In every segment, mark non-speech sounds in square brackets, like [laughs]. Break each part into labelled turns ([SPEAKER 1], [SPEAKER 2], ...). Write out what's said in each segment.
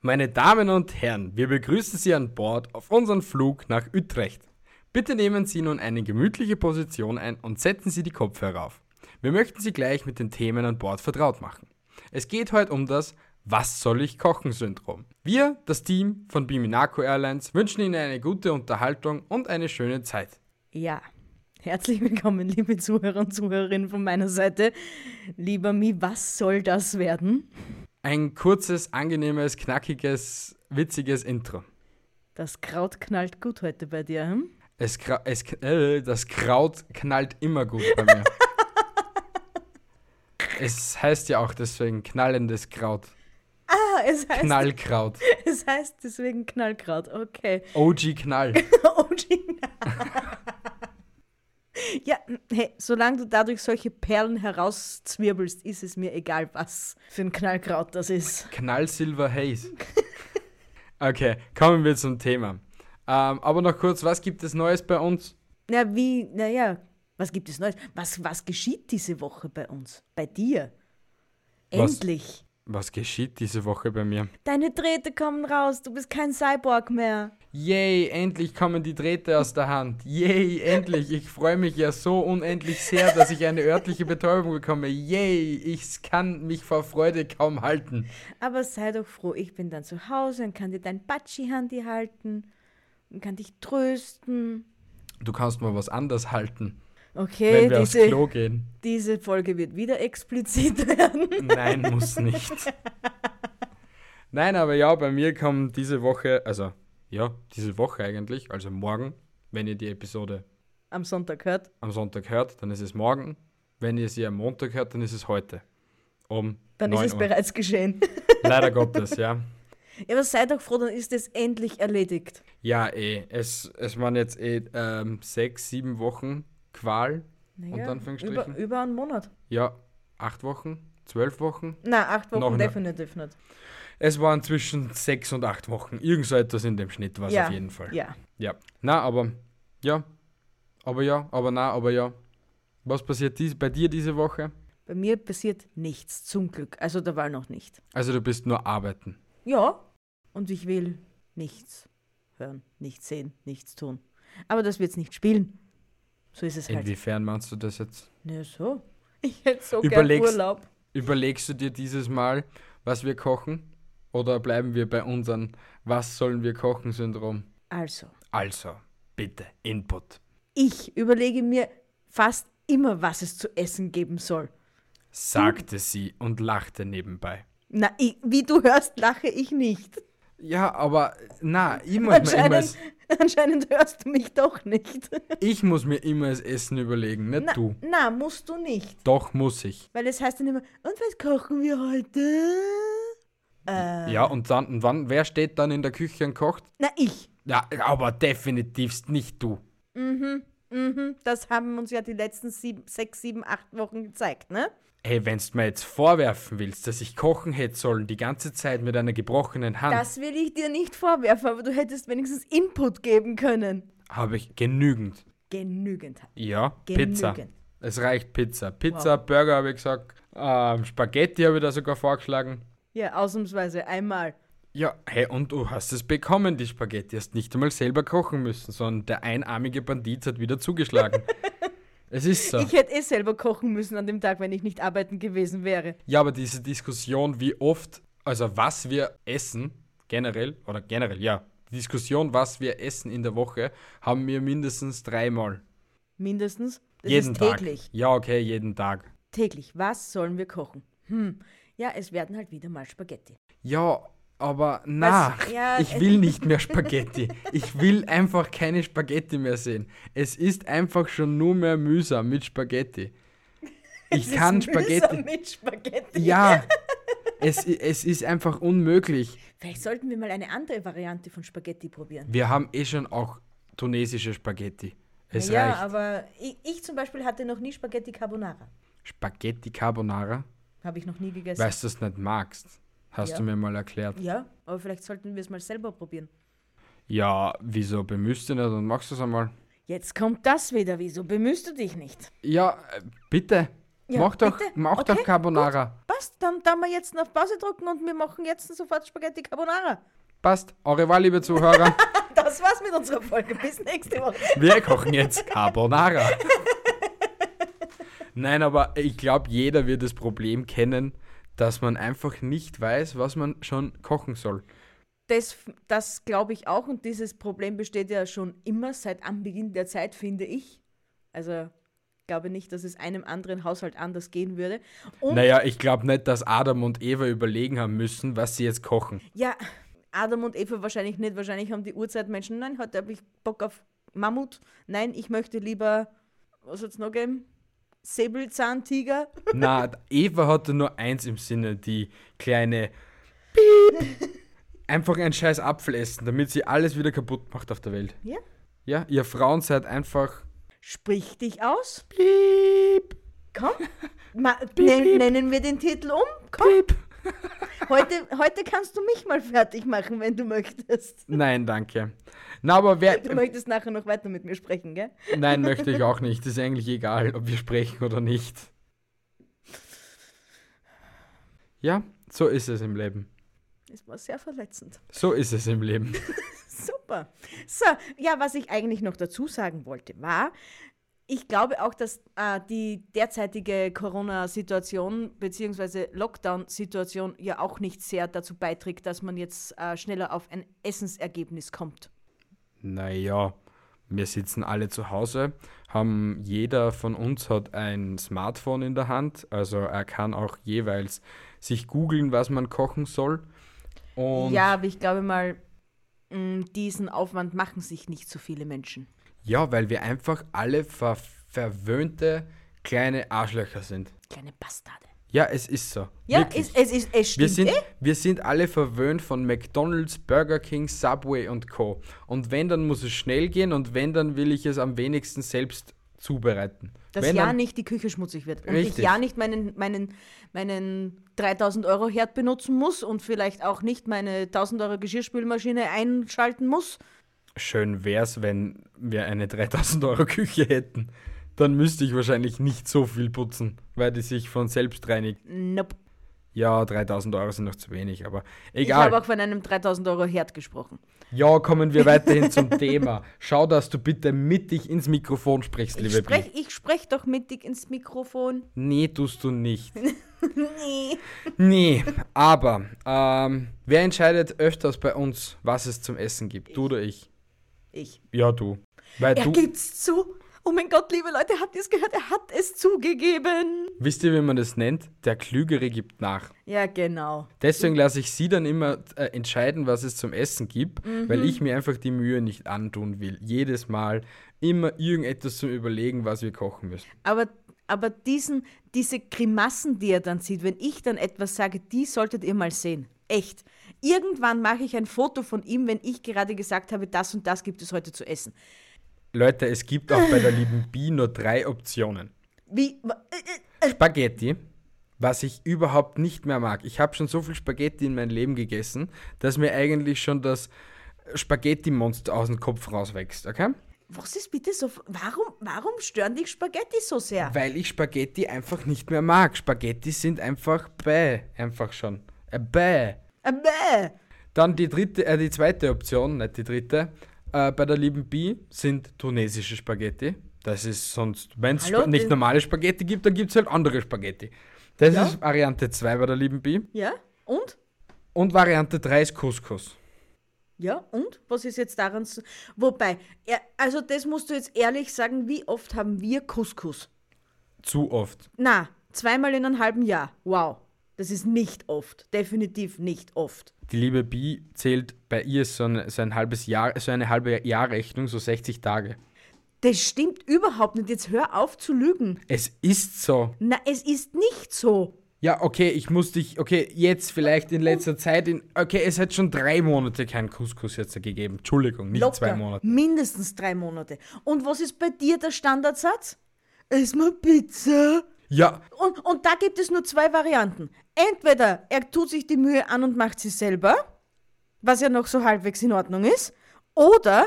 [SPEAKER 1] Meine Damen und Herren, wir begrüßen Sie an Bord auf unseren Flug nach Utrecht. Bitte nehmen Sie nun eine gemütliche Position ein und setzen Sie die Kopfhörer auf. Wir möchten Sie gleich mit den Themen an Bord vertraut machen. Es geht heute um das Was soll ich kochen Syndrom. Wir, das Team von Biminaco Airlines, wünschen Ihnen eine gute Unterhaltung und eine schöne Zeit.
[SPEAKER 2] Ja, herzlich willkommen, liebe Zuhörer und Zuhörerinnen von meiner Seite. Lieber Mi, was soll das werden?
[SPEAKER 1] Ein kurzes, angenehmes, knackiges, witziges Intro.
[SPEAKER 2] Das Kraut knallt gut heute bei dir. Hm?
[SPEAKER 1] Es, kra- es k- äh, das Kraut knallt immer gut bei mir. es heißt ja auch deswegen knallendes Kraut.
[SPEAKER 2] Ah, es heißt,
[SPEAKER 1] Knallkraut.
[SPEAKER 2] [laughs] es heißt deswegen Knallkraut. Okay. Oh,
[SPEAKER 1] OG Knall.
[SPEAKER 2] OG. ja, hey, solange du dadurch solche Perlen herauszwirbelst, ist es mir egal, was für ein Knallkraut das ist.
[SPEAKER 1] Knallsilver Haze. Okay, kommen wir zum Thema. Ähm, aber noch kurz, was gibt es Neues bei uns?
[SPEAKER 2] Na, wie, naja, was gibt es Neues? Was, was geschieht diese Woche bei uns? Bei dir?
[SPEAKER 1] Was?
[SPEAKER 2] Endlich.
[SPEAKER 1] Was geschieht diese Woche bei mir?
[SPEAKER 2] Deine Drähte kommen raus, du bist kein Cyborg mehr.
[SPEAKER 1] Yay, endlich kommen die Drähte aus der Hand. Yay, endlich. Ich freue mich ja so unendlich sehr, dass ich eine örtliche Betäubung bekomme. Yay, ich kann mich vor Freude kaum halten.
[SPEAKER 2] Aber sei doch froh, ich bin dann zu Hause und kann dir dein Batschi-Handy halten und kann dich trösten.
[SPEAKER 1] Du kannst mal was anders halten,
[SPEAKER 2] Okay,
[SPEAKER 1] wenn wir aufs Klo
[SPEAKER 2] diese,
[SPEAKER 1] gehen.
[SPEAKER 2] diese Folge wird wieder explizit [laughs] werden.
[SPEAKER 1] Nein, muss nicht. Nein, aber ja, bei mir kommen diese Woche, also ja, diese Woche eigentlich, also morgen, wenn ihr die Episode
[SPEAKER 2] Am Sonntag hört.
[SPEAKER 1] am Sonntag hört, dann ist es morgen. Wenn ihr sie am Montag hört, dann ist es heute. Um
[SPEAKER 2] Dann
[SPEAKER 1] 9
[SPEAKER 2] ist es
[SPEAKER 1] Uhr.
[SPEAKER 2] bereits geschehen.
[SPEAKER 1] Leider Gottes, ja.
[SPEAKER 2] Ja, aber sei doch froh, dann ist es endlich erledigt.
[SPEAKER 1] Ja, eh. Es, es waren jetzt eh ähm, sechs, sieben Wochen Qual.
[SPEAKER 2] Naja, über,
[SPEAKER 1] Anführungsstrichen?
[SPEAKER 2] über einen Monat.
[SPEAKER 1] Ja, acht Wochen, zwölf Wochen.
[SPEAKER 2] Na, acht Wochen
[SPEAKER 1] Noch eine-
[SPEAKER 2] definitiv nicht.
[SPEAKER 1] Es waren zwischen sechs und acht Wochen. Irgend so etwas in dem Schnitt war es
[SPEAKER 2] ja,
[SPEAKER 1] auf jeden Fall.
[SPEAKER 2] Ja.
[SPEAKER 1] Ja. Na, aber ja. Aber ja, aber na, aber ja. Was passiert dies, bei dir diese Woche?
[SPEAKER 2] Bei mir passiert nichts, zum Glück. Also der Wahl noch nicht.
[SPEAKER 1] Also du bist nur arbeiten.
[SPEAKER 2] Ja. Und ich will nichts hören, nichts sehen, nichts tun. Aber das wird's nicht spielen. So ist es halt.
[SPEAKER 1] Inwiefern meinst du das jetzt?
[SPEAKER 2] Na so. Ich hätte so gern
[SPEAKER 1] Überlegst-
[SPEAKER 2] Urlaub.
[SPEAKER 1] Überlegst du dir dieses Mal, was wir kochen? Oder bleiben wir bei unseren Was sollen wir kochen Syndrom?
[SPEAKER 2] Also,
[SPEAKER 1] Also, bitte, Input.
[SPEAKER 2] ich überlege mir fast immer, was es zu essen geben soll.
[SPEAKER 1] Sagte sie und lachte nebenbei.
[SPEAKER 2] Na, ich, wie du hörst, lache ich nicht.
[SPEAKER 1] Ja, aber na, ich muss, mir immer
[SPEAKER 2] Anscheinend,
[SPEAKER 1] das,
[SPEAKER 2] anscheinend hörst du mich doch nicht.
[SPEAKER 1] ich muss mir immer das Essen überlegen, nicht
[SPEAKER 2] Na,
[SPEAKER 1] du.
[SPEAKER 2] na, musst du nicht.
[SPEAKER 1] Doch muss ich.
[SPEAKER 2] Weil es heißt dann immer, und was kochen wir heute? Äh.
[SPEAKER 1] Ja, und dann, und wann, wer steht dann in der Küche und kocht?
[SPEAKER 2] Na, ich.
[SPEAKER 1] Ja, aber definitivst nicht du.
[SPEAKER 2] Mhm, das haben uns ja die letzten sieben, sechs, sieben, acht Wochen gezeigt, ne?
[SPEAKER 1] Hey, wenn's mir jetzt vorwerfen willst, dass ich kochen hätte sollen, die ganze Zeit mit einer gebrochenen Hand,
[SPEAKER 2] Das will ich dir nicht vorwerfen, aber du hättest wenigstens Input geben können.
[SPEAKER 1] habe ich genügend.
[SPEAKER 2] Genügend. halt.
[SPEAKER 1] Ja,
[SPEAKER 2] Genügend.
[SPEAKER 1] Pizza. Es reicht Pizza. Pizza, Burger habe ich gesagt. Ähm, Spaghetti habe ich da sogar vorgeschlagen.
[SPEAKER 2] Ja, ausnahmsweise einmal.
[SPEAKER 1] Ja, hey, und du hast es bekommen, die Spaghetti. Hast nicht einmal selber kochen müssen, sondern der einarmige Bandit hat wieder
[SPEAKER 2] [laughs]
[SPEAKER 1] zugeschlagen. es ist so.
[SPEAKER 2] Ich hätte eh selber kochen müssen an dem Tag, wenn ich nicht arbeiten gewesen wäre.
[SPEAKER 1] Ja, aber diese Diskussion, wie oft, also was wir essen, generell, oder generell, ja, die Diskussion, was wir essen in der Woche, haben wir mindestens dreimal.
[SPEAKER 2] Mindestens. Das
[SPEAKER 1] jeden
[SPEAKER 2] ist
[SPEAKER 1] Tag.
[SPEAKER 2] täglich.
[SPEAKER 1] Ja, okay, jeden Tag.
[SPEAKER 2] Täglich. Was sollen wir kochen? Hm. Ja, es werden halt wieder mal Spaghetti.
[SPEAKER 1] Ja, aber na,
[SPEAKER 2] Was- ja,
[SPEAKER 1] ich
[SPEAKER 2] es-
[SPEAKER 1] will nicht mehr Spaghetti.
[SPEAKER 2] [laughs]
[SPEAKER 1] ich will einfach keine Spaghetti mehr sehen. Es ist einfach schon nur mehr mühsam
[SPEAKER 2] [laughs]
[SPEAKER 1] mit Spaghetti. Ich
[SPEAKER 2] Es ist
[SPEAKER 1] kann
[SPEAKER 2] mühsam
[SPEAKER 1] Spaghetti.
[SPEAKER 2] Mit Spaghetti.
[SPEAKER 1] Ja, Es, i- es ist einfach unmöglich.
[SPEAKER 2] Vielleicht sollten wir mal eine andere Variante von Spaghetti probieren.
[SPEAKER 1] Wir haben eh schon auch tunesische Spaghetti. Es
[SPEAKER 2] ja,
[SPEAKER 1] reicht.
[SPEAKER 2] aber ich, ich zum Beispiel hatte noch nie Spaghetti Carbonara.
[SPEAKER 1] Spaghetti Carbonara,
[SPEAKER 2] Habe ich noch nie gegessen.
[SPEAKER 1] weißt du es nicht magst, hast
[SPEAKER 2] Ja.
[SPEAKER 1] du mir mal erklärt.
[SPEAKER 2] Ja, aber vielleicht sollten wir es mal selber probieren.
[SPEAKER 1] Ja, wieso bemühst du nicht und machst es einmal?
[SPEAKER 2] Jetzt kommt das wieder. Wieso bemühst du dich nicht?
[SPEAKER 1] Ja, äh, bitte.
[SPEAKER 2] Ja,
[SPEAKER 1] mach doch,
[SPEAKER 2] bitte.
[SPEAKER 1] Mach
[SPEAKER 2] Okay,
[SPEAKER 1] doch Carbonara.
[SPEAKER 2] Passt, dann dann wir jetzt auf Pause drücken und wir machen jetzt sofort Spaghetti Carbonara.
[SPEAKER 1] Passt. Au liebe Zuhörer.
[SPEAKER 2] Das war's mit unserer Folge. Bis nächste Woche.
[SPEAKER 1] [laughs] Wir kochen jetzt Carbonara. Nein, aber ich glaube, jeder wird das Problem kennen, dass man einfach nicht weiß, was man schon kochen soll.
[SPEAKER 2] Das, das glaube ich auch und dieses Problem besteht ja schon immer seit Anbeginn der Zeit, finde ich. Also glaube nicht, dass es einem anderen Haushalt anders gehen würde. Und
[SPEAKER 1] Naja, ich glaube nicht, dass Adam und Eva überlegen haben müssen, was sie jetzt kochen.
[SPEAKER 2] ja, Adam und Eva wahrscheinlich nicht. Wahrscheinlich haben die Urzeitmenschen, nein, heute habe ich Bock auf Mammut. Nein, ich möchte lieber, was soll es noch geben? Säbelzahntiger.
[SPEAKER 1] Na, Eva hatte nur eins im Sinne, die kleine Piep. Einfach einen scheiß Apfel essen, damit sie alles wieder kaputt macht auf der Welt.
[SPEAKER 2] Ja.
[SPEAKER 1] Ja, ihr Frauen seid einfach
[SPEAKER 2] Sprich dich aus.
[SPEAKER 1] Piep,
[SPEAKER 2] Komm. Ma nen-
[SPEAKER 1] piep.
[SPEAKER 2] Nennen wir den Titel um. Komm.
[SPEAKER 1] Piep.
[SPEAKER 2] [laughs] Heute, heute kannst du mich mal fertig machen, wenn du möchtest.
[SPEAKER 1] Nein, danke. Na, aber
[SPEAKER 2] [laughs]
[SPEAKER 1] wer,
[SPEAKER 2] Du möchtest nachher noch weiter mit mir sprechen, gell?
[SPEAKER 1] Nein, möchte ich auch nicht. Ist eigentlich egal, ob wir sprechen oder nicht. Ja, so ist es im Leben.
[SPEAKER 2] Das war sehr verletzend.
[SPEAKER 1] So ist es im Leben.
[SPEAKER 2] Super. So, ja, was ich eigentlich noch dazu sagen wollte, war, ich glaube auch, dass äh, die derzeitige Corona-Situation bzw. Lockdown-Situation ja auch nicht sehr dazu beiträgt, dass man jetzt äh, schneller auf ein Essensergebnis kommt.
[SPEAKER 1] Naja, wir sitzen alle zu Hause, haben jeder von uns hat ein Smartphone in der Hand, also er kann auch jeweils sich googeln, was man kochen soll. Und
[SPEAKER 2] ja, aber ich glaube mal, mh, diesen Aufwand machen sich nicht so viele Menschen.
[SPEAKER 1] ja, weil wir einfach alle ver verwöhnte kleine Arschlöcher sind.
[SPEAKER 2] Kleine Bastarde.
[SPEAKER 1] Ja, es ist so.
[SPEAKER 2] Ja,
[SPEAKER 1] Wirklich.
[SPEAKER 2] es, es, es, es
[SPEAKER 1] Wir
[SPEAKER 2] stimmt.
[SPEAKER 1] sind,
[SPEAKER 2] eh.
[SPEAKER 1] wir sind alle verwöhnt von McDonalds, Burger King, Subway und Co. Und wenn, dann muss es schnell gehen und wenn, dann will ich es am wenigsten selbst zubereiten.
[SPEAKER 2] Dass
[SPEAKER 1] wenn,
[SPEAKER 2] ja
[SPEAKER 1] dann,
[SPEAKER 2] nicht die Küche schmutzig wird. Und ich
[SPEAKER 1] Richtig.
[SPEAKER 2] ja nicht meinen, meinen, meinen 3000 Euro Herd benutzen muss und vielleicht auch nicht meine 1000 Euro Geschirrspülmaschine einschalten muss.
[SPEAKER 1] Schön wär's, wenn wir eine 3000 Euro Küche hätten. Dann müsste ich wahrscheinlich nicht so viel putzen, weil die sich von selbst reinigt.
[SPEAKER 2] Nope.
[SPEAKER 1] Ja, 3000 Euro sind noch zu wenig, aber
[SPEAKER 2] Ich habe
[SPEAKER 1] egal.
[SPEAKER 2] auch von einem 3000 Euro Herd gesprochen.
[SPEAKER 1] Ja, kommen wir weiterhin zum Thema. Schau, dass du bitte mittig ins Mikrofon sprichst,
[SPEAKER 2] Ich
[SPEAKER 1] liebe Bi.
[SPEAKER 2] spreche ich sprech doch mittig ins Mikrofon.
[SPEAKER 1] Nee, tust du nicht.
[SPEAKER 2] [laughs] Nee.
[SPEAKER 1] Nee, aber ähm, wer entscheidet öfters bei uns, was es zum Essen gibt? Du oder ich?
[SPEAKER 2] Ich.
[SPEAKER 1] Ja, du. Weil
[SPEAKER 2] Er
[SPEAKER 1] du,
[SPEAKER 2] gibt's zu. Oh mein Gott, liebe Leute, habt ihr es gehört? Er hat es zugegeben.
[SPEAKER 1] wisst ihr, wie man das nennt? Der Klügere gibt nach.
[SPEAKER 2] Ja, genau.
[SPEAKER 1] Deswegen lasse ich sie dann immer äh, entscheiden, was es zum Essen gibt,
[SPEAKER 2] Mhm.
[SPEAKER 1] weil ich mir einfach die Mühe nicht antun will. Jedes Mal immer irgendetwas zum Überlegen, was wir kochen müssen.
[SPEAKER 2] Aber, aber diesen, diese Grimassen, die er dann sieht, wenn ich dann etwas sage, die solltet ihr mal sehen. Echt. Irgendwann mache ich ein Foto von ihm, wenn ich gerade gesagt habe, das und das gibt es heute zu essen.
[SPEAKER 1] Leute, es gibt auch bei der lieben Bi nur drei Optionen.
[SPEAKER 2] Wie? wa- äh, äh, äh,
[SPEAKER 1] Spaghetti, was ich überhaupt nicht mehr mag. Ich habe schon so viel Spaghetti in meinem Leben gegessen, dass mir eigentlich schon das Spaghetti-Monster aus dem Kopf rauswächst, okay?
[SPEAKER 2] Was ist bitte so? Warum, warum stören dich Spaghetti so sehr?
[SPEAKER 1] Weil ich Spaghetti einfach nicht mehr mag. Spaghetti sind einfach bäh, einfach schon. Äh, bäh.
[SPEAKER 2] Äh, bäh.
[SPEAKER 1] Dann die dritte, äh, die zweite Option, nicht die dritte, äh, bei der lieben Bi sind tunesische Spaghetti. Das ist sonst, wenn es
[SPEAKER 2] Hallo,
[SPEAKER 1] nicht
[SPEAKER 2] das-
[SPEAKER 1] normale Spaghetti gibt, dann gibt es halt andere Spaghetti. Das
[SPEAKER 2] Ja.
[SPEAKER 1] ist Variante 2 bei der lieben Bi.
[SPEAKER 2] Ja? Und?
[SPEAKER 1] Und Variante 3 ist Couscous.
[SPEAKER 2] Ja, und? Was ist jetzt daran so? Wobei, er- also das musst du jetzt ehrlich sagen, wie oft haben wir Couscous?
[SPEAKER 1] Zu oft.
[SPEAKER 2] Na, zweimal in einem halben Jahr. Wow. Das ist nicht oft. Definitiv nicht oft.
[SPEAKER 1] Die liebe Bi zählt bei ihr so ein, so ein halbes Jahr, so eine halbe Jahrrechnung, so 60 Tage.
[SPEAKER 2] Das stimmt überhaupt nicht. Jetzt hör auf zu lügen.
[SPEAKER 1] Es ist so.
[SPEAKER 2] Na, es ist nicht so.
[SPEAKER 1] Ja, okay, ich muss dich, okay, jetzt vielleicht in letzter Zeit, in, okay, es hat schon drei Monate keinen Couscous jetzt gegeben. Entschuldigung, nicht
[SPEAKER 2] Locker.
[SPEAKER 1] zwei Monate.
[SPEAKER 2] Mindestens drei Monate. Und was ist bei dir der Standardsatz? Ess mal Pizza.
[SPEAKER 1] Ja,
[SPEAKER 2] Und, und da gibt es nur zwei Varianten. Entweder er tut sich die Mühe an und macht sie selber, was ja noch so halbwegs in Ordnung ist, oder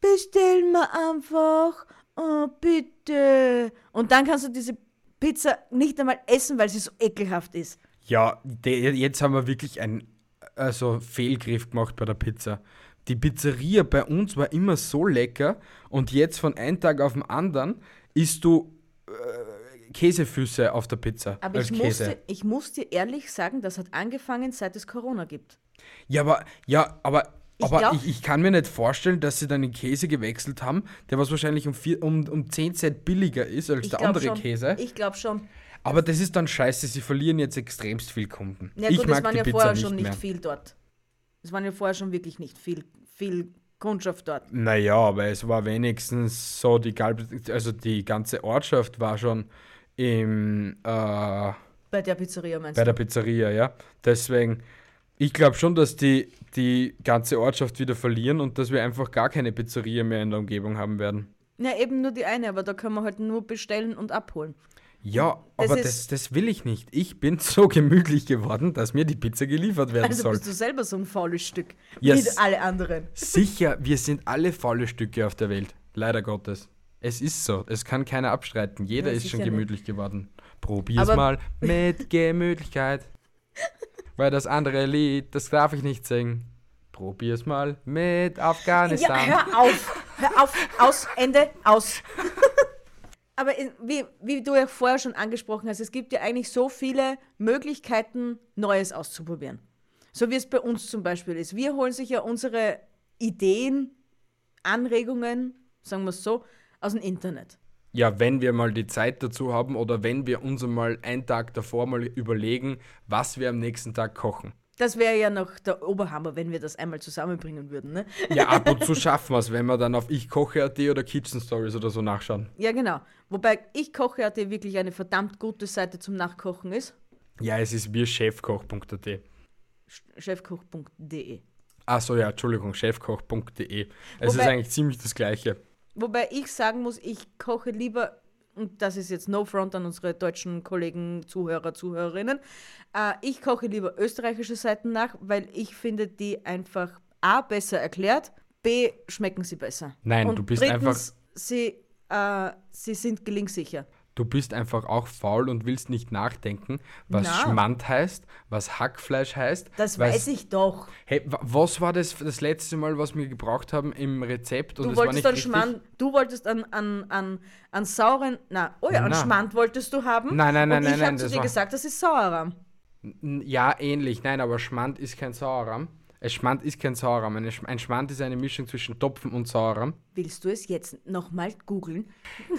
[SPEAKER 2] bestell mal einfach, oh bitte. Und dann kannst du diese Pizza nicht einmal essen, weil sie so ekelhaft ist.
[SPEAKER 1] ja, de, jetzt haben wir wirklich einen also Fehlgriff gemacht bei der Pizza. Die Pizzeria bei uns war immer so lecker und jetzt von einem Tag auf den anderen isst du äh, Käsefüße auf der Pizza
[SPEAKER 2] Aber
[SPEAKER 1] als
[SPEAKER 2] ich muss,
[SPEAKER 1] Käse.
[SPEAKER 2] dir, ich muss dir ehrlich sagen, das hat angefangen, seit es Corona gibt.
[SPEAKER 1] Ja, aber, ja, aber,
[SPEAKER 2] Ich
[SPEAKER 1] aber
[SPEAKER 2] glaub-
[SPEAKER 1] ich, ich kann mir nicht vorstellen, dass sie dann den Käse gewechselt haben, der was wahrscheinlich um, vier, um, um 10 Cent billiger ist als
[SPEAKER 2] Ich
[SPEAKER 1] der
[SPEAKER 2] glaub
[SPEAKER 1] andere
[SPEAKER 2] schon,
[SPEAKER 1] Käse.
[SPEAKER 2] Ich glaube schon.
[SPEAKER 1] aber das ist dann scheiße, sie verlieren jetzt extremst viel Kunden.
[SPEAKER 2] Ja
[SPEAKER 1] ich
[SPEAKER 2] gut,
[SPEAKER 1] mag
[SPEAKER 2] es waren
[SPEAKER 1] die
[SPEAKER 2] ja
[SPEAKER 1] Pizza
[SPEAKER 2] vorher
[SPEAKER 1] nicht
[SPEAKER 2] schon nicht
[SPEAKER 1] mehr.
[SPEAKER 2] viel dort. Es waren ja vorher schon wirklich nicht viel, viel Kundschaft dort.
[SPEAKER 1] Naja, aber es war wenigstens so, die, Galb also die ganze Ortschaft war schon im, äh, bei
[SPEAKER 2] Bei der Pizzeria meinst
[SPEAKER 1] der Pizzeria, ja. Deswegen, ich glaube schon, dass die, die ganze Ortschaft wieder verlieren und dass wir einfach gar keine Pizzeria mehr in der Umgebung haben werden.
[SPEAKER 2] du? Ja, eben nur die eine, aber da können wir halt nur bestellen und abholen.
[SPEAKER 1] Ja,
[SPEAKER 2] Das
[SPEAKER 1] aber das,
[SPEAKER 2] ist-
[SPEAKER 1] das will ich nicht. Ich bin [laughs] so gemütlich geworden, dass mir die Pizza geliefert werden
[SPEAKER 2] Also
[SPEAKER 1] soll.
[SPEAKER 2] bist du selber so ein faules Stück.
[SPEAKER 1] Yes.
[SPEAKER 2] Wie alle anderen.
[SPEAKER 1] Sicher, wir sind alle faule Stücke auf der Welt. Leider Gottes. Es ist so. Es kann keiner abstreiten. Jeder
[SPEAKER 2] Ja,
[SPEAKER 1] ist schon
[SPEAKER 2] sicher
[SPEAKER 1] gemütlich geworden. Probier's
[SPEAKER 2] Aber-
[SPEAKER 1] mal mit Gemütlichkeit. Weil das andere Lied, das darf ich nicht singen. Probier's mal mit
[SPEAKER 2] Ja,
[SPEAKER 1] Afghanistan.
[SPEAKER 2] hör auf. Hör auf. Aus. Ende. Aus. [laughs] Aber in, wie, wie du ja vorher schon angesprochen hast, es gibt ja eigentlich so viele Möglichkeiten, Neues auszuprobieren. So wie es bei uns zum Beispiel ist. Wir holen sich ja unsere Ideen, Anregungen, sagen wir es so, aus dem Internet.
[SPEAKER 1] Ja, wenn wir mal die Zeit dazu haben oder wenn wir uns einmal einen Tag davor mal überlegen, was wir am nächsten Tag kochen.
[SPEAKER 2] Das wäre ja noch der Oberhammer, wenn wir das einmal zusammenbringen würden. Ne?
[SPEAKER 1] Ja, ab und zu schaffen wir es, wenn wir dann auf Ich koche.at oder Kitchen Stories oder so nachschauen.
[SPEAKER 2] Ja, genau. Wobei ich koche hatte wirklich eine verdammt gute Seite zum Nachkochen ist.
[SPEAKER 1] Ja, es ist wir chefkoch.at.
[SPEAKER 2] Chefkoch.de.
[SPEAKER 1] Achso, ja, Entschuldigung, chefkoch.de. Es ist
[SPEAKER 2] Wobei-
[SPEAKER 1] eigentlich ziemlich das Gleiche.
[SPEAKER 2] Wobei ich sagen muss, ich koche lieber, und das ist jetzt no front an unsere deutschen Kollegen, Zuhörer, Zuhörerinnen, äh, ich koche lieber österreichische Seiten nach, weil ich finde die einfach A, besser erklärt, B, schmecken sie besser.
[SPEAKER 1] Nein,
[SPEAKER 2] und
[SPEAKER 1] du bist
[SPEAKER 2] drittens,
[SPEAKER 1] einfach-
[SPEAKER 2] Sie, äh, sie sind gelingsicher.
[SPEAKER 1] Du bist einfach auch faul und willst nicht nachdenken, was
[SPEAKER 2] Na.
[SPEAKER 1] Schmand heißt, was Hackfleisch heißt.
[SPEAKER 2] Das
[SPEAKER 1] was-
[SPEAKER 2] weiß ich doch.
[SPEAKER 1] Hey, wa- was war das das letzte Mal, was wir gebraucht haben im Rezept? Und
[SPEAKER 2] Du
[SPEAKER 1] es war
[SPEAKER 2] wolltest,
[SPEAKER 1] nicht
[SPEAKER 2] an
[SPEAKER 1] richtig?
[SPEAKER 2] Schmand, du wolltest an, an, an, an sauren, na, oh ja, an
[SPEAKER 1] Na.
[SPEAKER 2] Schmand wolltest du haben.
[SPEAKER 1] Nein, nein, nein,
[SPEAKER 2] und
[SPEAKER 1] nein,
[SPEAKER 2] ich
[SPEAKER 1] nein,
[SPEAKER 2] habe zu
[SPEAKER 1] das
[SPEAKER 2] dir
[SPEAKER 1] war-
[SPEAKER 2] gesagt, das ist Sauerrahm.
[SPEAKER 1] N- Ja, ähnlich. Nein, aber Schmand ist kein Sauerrahm. Ein Schmand ist kein Sauerrahm. Eine Sch- Ein Schmand ist eine Mischung zwischen Topfen und Sauerrahm.
[SPEAKER 2] Willst du es jetzt nochmal googeln?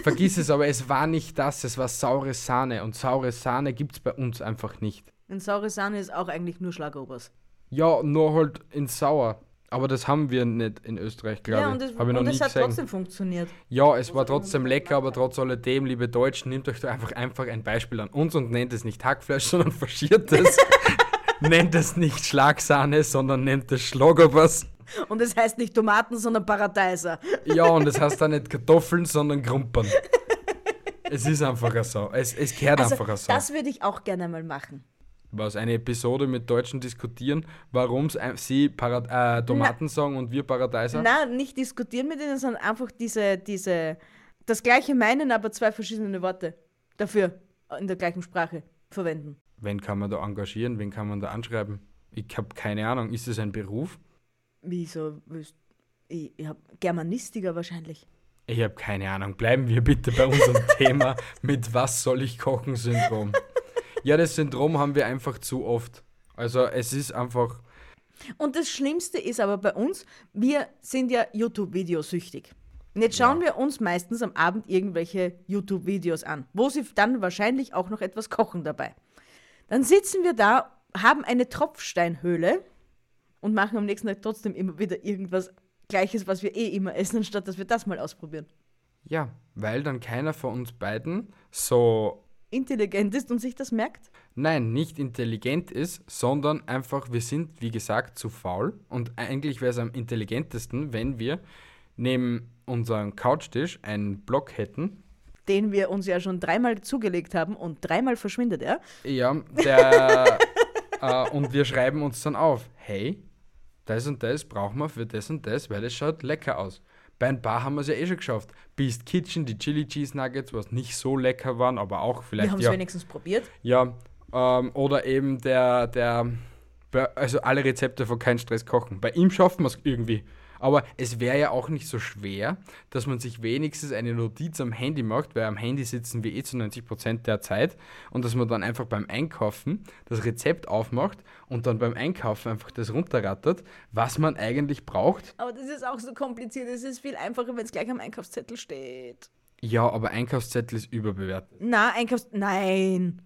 [SPEAKER 1] Vergiss es, aber es war nicht das. Es war saure Sahne. Und saure Sahne gibt es bei uns einfach nicht.
[SPEAKER 2] Ein saure Sahne ist auch eigentlich nur Schlagobers.
[SPEAKER 1] Ja, nur halt in sauer. Aber das haben wir nicht in Österreich, glaube
[SPEAKER 2] Ja,
[SPEAKER 1] ich.
[SPEAKER 2] und es,
[SPEAKER 1] Habe ich noch
[SPEAKER 2] und
[SPEAKER 1] nie
[SPEAKER 2] es hat
[SPEAKER 1] gesehen.
[SPEAKER 2] trotzdem funktioniert.
[SPEAKER 1] ja, es war trotzdem lecker, aber trotz alledem, liebe Deutschen, nehmt euch da einfach, einfach ein Beispiel an uns und nennt es nicht Hackfleisch, [laughs] sondern faschiert es. [laughs] nennt es nicht Schlagsahne, sondern nennt es Schlagobers.
[SPEAKER 2] Und es heißt nicht Tomaten, sondern Paradeiser.
[SPEAKER 1] Ja, und es heißt dann nicht Kartoffeln, sondern Krumpern. Es ist einfach so. Es, es gehört
[SPEAKER 2] Also,
[SPEAKER 1] einfach so.
[SPEAKER 2] das würde ich auch gerne mal machen.
[SPEAKER 1] Was eine Episode mit Deutschen diskutieren, warum sie Parad äh, Tomaten sagen und wir Paradeiser.
[SPEAKER 2] Na, nicht diskutieren mit ihnen, sondern einfach diese, diese, das gleiche meinen, aber zwei verschiedene Worte dafür in der gleichen Sprache verwenden.
[SPEAKER 1] Wen kann man da engagieren? Wen kann man da anschreiben? Ich habe keine Ahnung. Ist das ein Beruf?
[SPEAKER 2] Wieso? willst- Ich, ich hab Germanistiker wahrscheinlich.
[SPEAKER 1] Ich habe keine Ahnung. Bleiben wir bitte bei unserem Thema mit Was soll ich kochen Syndrom. Ja, das Syndrom haben wir einfach zu oft. Also es ist einfach,
[SPEAKER 2] Und das Schlimmste ist aber bei uns, wir sind ja YouTube-Videosüchtig. Und jetzt schauen wir uns meistens am Abend irgendwelche YouTube-Videos an, wo sie dann wahrscheinlich auch noch etwas kochen dabei. Dann sitzen wir da, haben eine Tropfsteinhöhle und machen am nächsten Tag trotzdem immer wieder irgendwas Gleiches, was wir eh immer essen, anstatt dass wir das mal ausprobieren.
[SPEAKER 1] ja, weil dann keiner von uns beiden so
[SPEAKER 2] intelligent ist und sich das merkt?
[SPEAKER 1] Nein, nicht intelligent ist, sondern einfach, wir sind, wie gesagt, zu faul. Und eigentlich wäre es am intelligentesten, wenn wir neben unserem Couchtisch einen Block hätten.
[SPEAKER 2] Den wir uns ja schon dreimal zugelegt haben und dreimal verschwindet er.
[SPEAKER 1] Ja,
[SPEAKER 2] [laughs]
[SPEAKER 1] der, äh, und wir schreiben uns dann auf, hey, das und das brauchen wir für das und das, weil es schaut lecker aus. Bei ein paar haben wir es ja eh schon geschafft. Beast Kitchen, die Chili Cheese Nuggets, was nicht so lecker waren, aber auch
[SPEAKER 2] Wir
[SPEAKER 1] vielleicht
[SPEAKER 2] haben es
[SPEAKER 1] ja.
[SPEAKER 2] wenigstens probiert.
[SPEAKER 1] Ja, ähm, oder eben der, der, also alle Rezepte von Kein Stress kochen. Bei ihm schaffen wir es irgendwie. Aber es wäre ja auch nicht so schwer, dass man sich wenigstens eine Notiz am Handy macht, weil am Handy sitzen wir eh zu 90% der Zeit und dass man dann einfach beim Einkaufen das Rezept aufmacht und dann beim Einkaufen einfach das runterrattert, was man eigentlich braucht.
[SPEAKER 2] Aber das ist auch so kompliziert. Es ist viel einfacher, wenn es gleich am Einkaufszettel steht.
[SPEAKER 1] Ja, aber Einkaufszettel ist überbewertet.
[SPEAKER 2] Na, Einkaufs... Nein.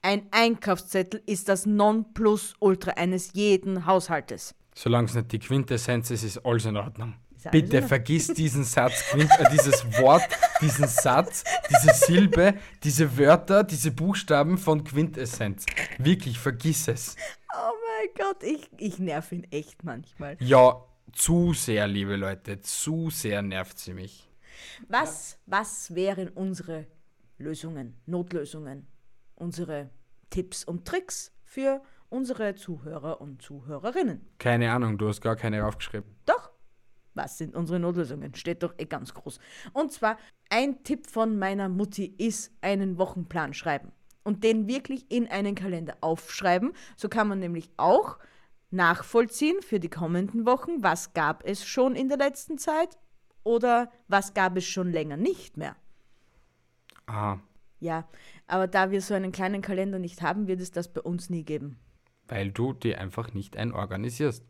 [SPEAKER 2] Ein Einkaufszettel ist das Nonplusultra eines jeden Haushaltes.
[SPEAKER 1] Solange es nicht die Quintessenz ist, ist alles in Ordnung.
[SPEAKER 2] Ist alles in
[SPEAKER 1] Bitte
[SPEAKER 2] Ordnung.
[SPEAKER 1] vergiss diesen Satz, Quint- äh, dieses Wort, diesen Satz, diese Silbe, diese Wörter, diese Buchstaben von Quintessenz. Wirklich, vergiss es.
[SPEAKER 2] Oh mein Gott, ich, ich nerv ihn echt manchmal.
[SPEAKER 1] Ja, zu sehr, liebe Leute, zu sehr nervt sie mich.
[SPEAKER 2] [laughs] Was, was wären unsere Lösungen, Notlösungen, unsere Tipps und Tricks für unsere Zuhörer und Zuhörerinnen?
[SPEAKER 1] Keine Ahnung, du hast gar keine aufgeschrieben.
[SPEAKER 2] Doch, was sind unsere Notlösungen? Steht doch eh ganz groß. Und zwar, ein Tipp von meiner Mutti ist einen Wochenplan schreiben und den wirklich in einen Kalender aufschreiben. So kann man nämlich auch nachvollziehen für die kommenden Wochen, was gab es schon in der letzten Zeit oder was gab es schon länger nicht mehr.
[SPEAKER 1] Aha,
[SPEAKER 2] Ja, aber da wir so einen kleinen Kalender nicht haben, wird es das bei uns nie geben.
[SPEAKER 1] weil du die einfach nicht einorganisierst.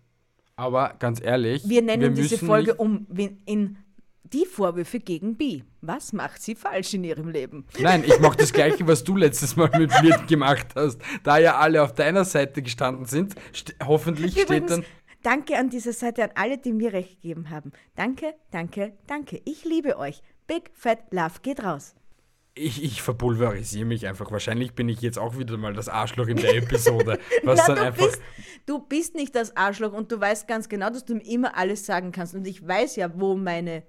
[SPEAKER 1] Aber ganz ehrlich,
[SPEAKER 2] Wir nennen diese
[SPEAKER 1] müssen
[SPEAKER 2] Folge
[SPEAKER 1] nicht-
[SPEAKER 2] um win- in die Vorwürfe gegen B. Was macht sie falsch in ihrem Leben?
[SPEAKER 1] Nein, ich mache das gleiche, was du letztes Mal mit mir gemacht hast. Da ja alle auf deiner Seite gestanden sind, st hoffentlich steht dann.
[SPEAKER 2] danke an dieser Seite an alle, die mir recht gegeben haben. Danke, danke, danke. Ich liebe euch. Big Fat Love geht raus.
[SPEAKER 1] Ich, ich verpulverisiere mich einfach. Wahrscheinlich bin ich jetzt auch wieder mal das Arschloch in der Episode. Was
[SPEAKER 2] Na,
[SPEAKER 1] dann
[SPEAKER 2] du,
[SPEAKER 1] einfach.
[SPEAKER 2] bist, du bist nicht das Arschloch und du weißt ganz genau, dass du mir immer alles sagen kannst. Und ich weiß ja, wo meine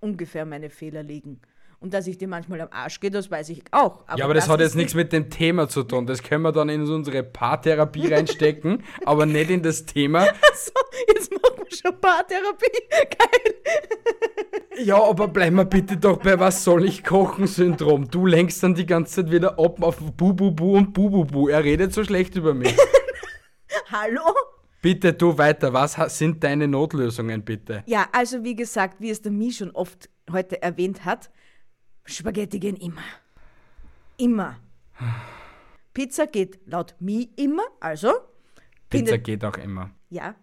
[SPEAKER 2] ungefähr meine Fehler liegen. Und dass ich dir manchmal am Arsch gehe, das weiß ich auch.
[SPEAKER 1] ja, aber das, hat
[SPEAKER 2] ist
[SPEAKER 1] jetzt nichts mit dem Thema zu tun. Das können wir dann in unsere Paartherapie reinstecken, aber nicht in das Thema.
[SPEAKER 2] [laughs] So, jetzt machen wir schon Paartherapie. Geil.
[SPEAKER 1] Ja, aber bleib mal bitte doch bei Was soll ich kochen Syndrom. Du lenkst dann die ganze Zeit wieder ab auf Bu-Bu-Bu und Bu-Bu-Bu. Er redet so schlecht über mich.
[SPEAKER 2] Hallo?
[SPEAKER 1] Bitte du weiter. Was ha- sind deine Notlösungen, bitte?
[SPEAKER 2] Ja, also wie gesagt, wie es der Mi schon oft heute erwähnt hat, Spaghetti gehen immer. Immer. Pizza geht laut Mi immer, also
[SPEAKER 1] Pizza
[SPEAKER 2] findet-
[SPEAKER 1] geht auch immer.
[SPEAKER 2] ja,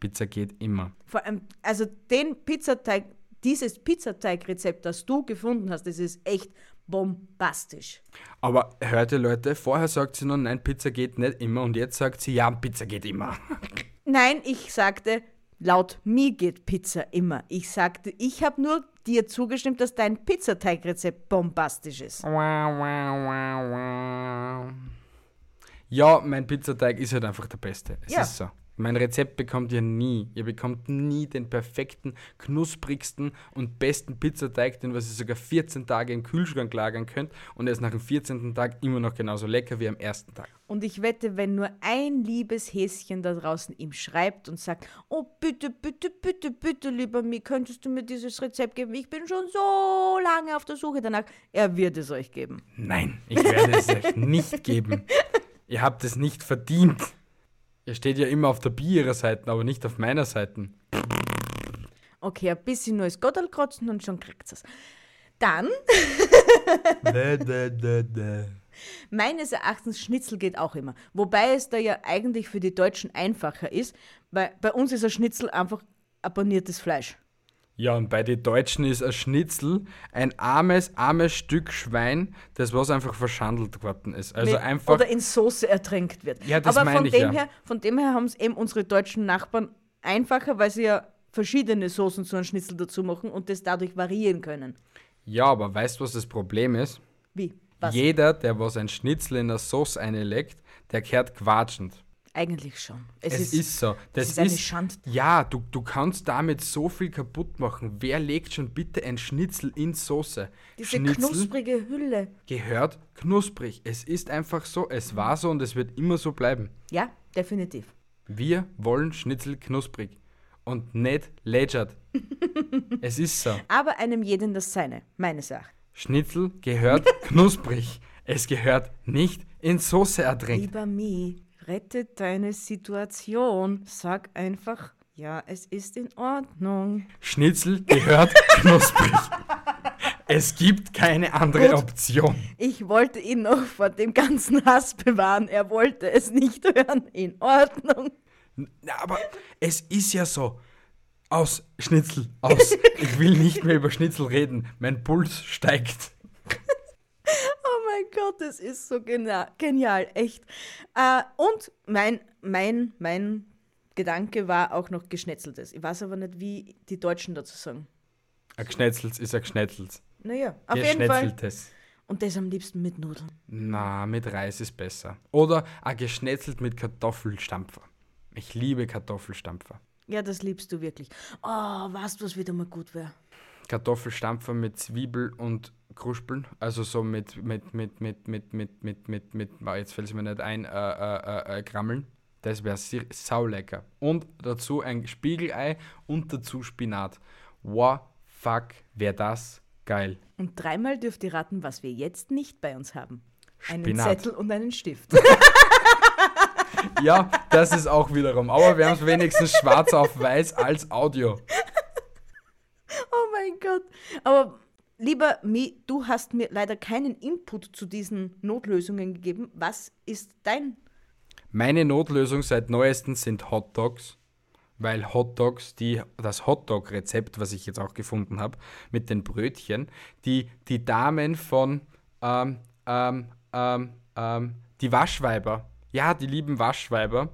[SPEAKER 1] Pizza geht immer.
[SPEAKER 2] vor allem also den Pizzateig, dieses Pizzateigrezept, das du gefunden hast, das ist echt bombastisch.
[SPEAKER 1] Aber hört ihr Leute, vorher sagt sie noch, nein, Pizza geht nicht immer und jetzt sagt sie, ja, Pizza geht immer.
[SPEAKER 2] Nein, ich sagte, laut mir geht Pizza immer. Ich sagte, ich habe nur dir zugestimmt, dass dein Pizzateigrezept bombastisch ist.
[SPEAKER 1] Ja, mein Pizzateig ist halt einfach der beste. Es
[SPEAKER 2] Ja.
[SPEAKER 1] ist so. Mein Rezept bekommt ihr nie. Ihr bekommt nie den perfekten, knusprigsten und besten Pizzateig, den was ihr sogar 14 Tage im Kühlschrank lagern könnt und er ist nach dem 14. Tag immer noch genauso lecker wie am ersten Tag.
[SPEAKER 2] Und ich wette, wenn nur ein liebes Häschen da draußen ihm schreibt und sagt, oh bitte, bitte, bitte, bitte, lieber Mi, könntest du mir dieses Rezept geben? Ich bin schon so lange auf der Suche danach. Er wird es euch geben.
[SPEAKER 1] Nein, ich werde es euch nicht geben. Ihr habt es nicht verdient. Ihr steht ja immer auf der Bi ihrer Seiten, aber nicht auf meiner Seiten.
[SPEAKER 2] Okay, ein bisschen neues Gottel kotzen und schon kriegt es. Dann, meines Erachtens, Schnitzel geht auch immer. Wobei es da ja eigentlich für die Deutschen einfacher ist, weil bei uns ist ein Schnitzel einfach abonniertes Fleisch.
[SPEAKER 1] Ja, und bei den Deutschen ist ein Schnitzel ein armes, armes Stück Schwein, das was einfach verschandelt worden ist. Also
[SPEAKER 2] mit-
[SPEAKER 1] einfach.
[SPEAKER 2] oder in Soße ertränkt wird.
[SPEAKER 1] Ja, das
[SPEAKER 2] Aber
[SPEAKER 1] meine
[SPEAKER 2] von
[SPEAKER 1] ich
[SPEAKER 2] dem
[SPEAKER 1] ja.
[SPEAKER 2] her, von dem her haben es eben unsere deutschen Nachbarn einfacher, weil sie ja verschiedene Soßen zu einem Schnitzel dazu machen und das dadurch variieren können.
[SPEAKER 1] Ja, aber weißt du, was das Problem ist?
[SPEAKER 2] Wie? Was?
[SPEAKER 1] Jeder, der was ein Schnitzel in der Sauce einlegt, der kehrt quatschend.
[SPEAKER 2] Eigentlich schon. Es,
[SPEAKER 1] Es,
[SPEAKER 2] ist,
[SPEAKER 1] ist, so. Das
[SPEAKER 2] ist eine Schand-
[SPEAKER 1] Ja, du, du kannst damit so viel kaputt machen. Wer legt schon bitte ein Schnitzel in Soße?
[SPEAKER 2] diese
[SPEAKER 1] Schnitzel
[SPEAKER 2] knusprige Hülle.
[SPEAKER 1] gehört knusprig. Es ist einfach so. Es war so und es wird immer so bleiben.
[SPEAKER 2] Ja, definitiv.
[SPEAKER 1] Wir wollen Schnitzel knusprig und nicht
[SPEAKER 2] [laughs]
[SPEAKER 1] lätschert. es ist so.
[SPEAKER 2] Aber einem jeden das seine, meines Erachtens.
[SPEAKER 1] Schnitzel
[SPEAKER 2] [laughs]
[SPEAKER 1] gehört knusprig. Es gehört nicht in Soße ertränkt.
[SPEAKER 2] Lieber Mi, rette deine Situation. Sag einfach, ja, es ist in Ordnung.
[SPEAKER 1] Schnitzel gehört
[SPEAKER 2] [laughs]
[SPEAKER 1] knusprig. Es gibt keine andere Option.
[SPEAKER 2] Ich wollte ihn noch vor dem ganzen Hass bewahren. Er wollte es nicht hören. In Ordnung.
[SPEAKER 1] Na, aber es ist ja so. Aus, Schnitzel,
[SPEAKER 2] [laughs]
[SPEAKER 1] aus. Ich will nicht mehr über Schnitzel reden. Mein Puls steigt.
[SPEAKER 2] Oh mein Gott, das ist so gena- genial, echt. Äh, und mein, mein, mein Gedanke war auch noch Geschnetzeltes. Ich weiß aber nicht, wie die Deutschen dazu sagen.
[SPEAKER 1] Ein Gschnetzels ist ein Gschnetzels.
[SPEAKER 2] Naja, auf jeden Fall.
[SPEAKER 1] Geschnetzeltes.
[SPEAKER 2] Und das am liebsten mit Nudeln.
[SPEAKER 1] Na, mit Reis ist besser. Oder ein geschnetzelt mit Kartoffelstampfer. Ich liebe Kartoffelstampfer.
[SPEAKER 2] Ja, das liebst du wirklich. Oh, weißt du, was wieder mal gut wäre?
[SPEAKER 1] Kartoffelstampfer mit Zwiebel und Kruspeln. Also so mit, mit, mit, mit, mit, mit, mit, mit, mit, ah, jetzt fällt es mir nicht ein, äh, äh, äh, äh, Krammeln. Das wäre saulecker. Und dazu ein Spiegelei und dazu Spinat. Wow, fuck, wäre das geil.
[SPEAKER 2] Und dreimal dürft ihr raten, was wir jetzt nicht bei uns haben. Einen
[SPEAKER 1] Spinat.
[SPEAKER 2] Zettel und einen Stift.
[SPEAKER 1] Ja, das ist auch wiederum. Aber wir haben es wenigstens schwarz auf weiß als Audio.
[SPEAKER 2] Oh mein Gott. Aber lieber Mi, du hast mir leider keinen Input zu diesen Notlösungen gegeben. Was ist dein?
[SPEAKER 1] Meine Notlösung seit neuestem sind Hot Dogs, weil Hot Dogs, die, das Hot Dog Rezept, was ich jetzt auch gefunden habe, mit den Brötchen, die die Damen von, ähm, ähm, ähm, ähm, die Waschweiber, ja, die lieben Waschweiber,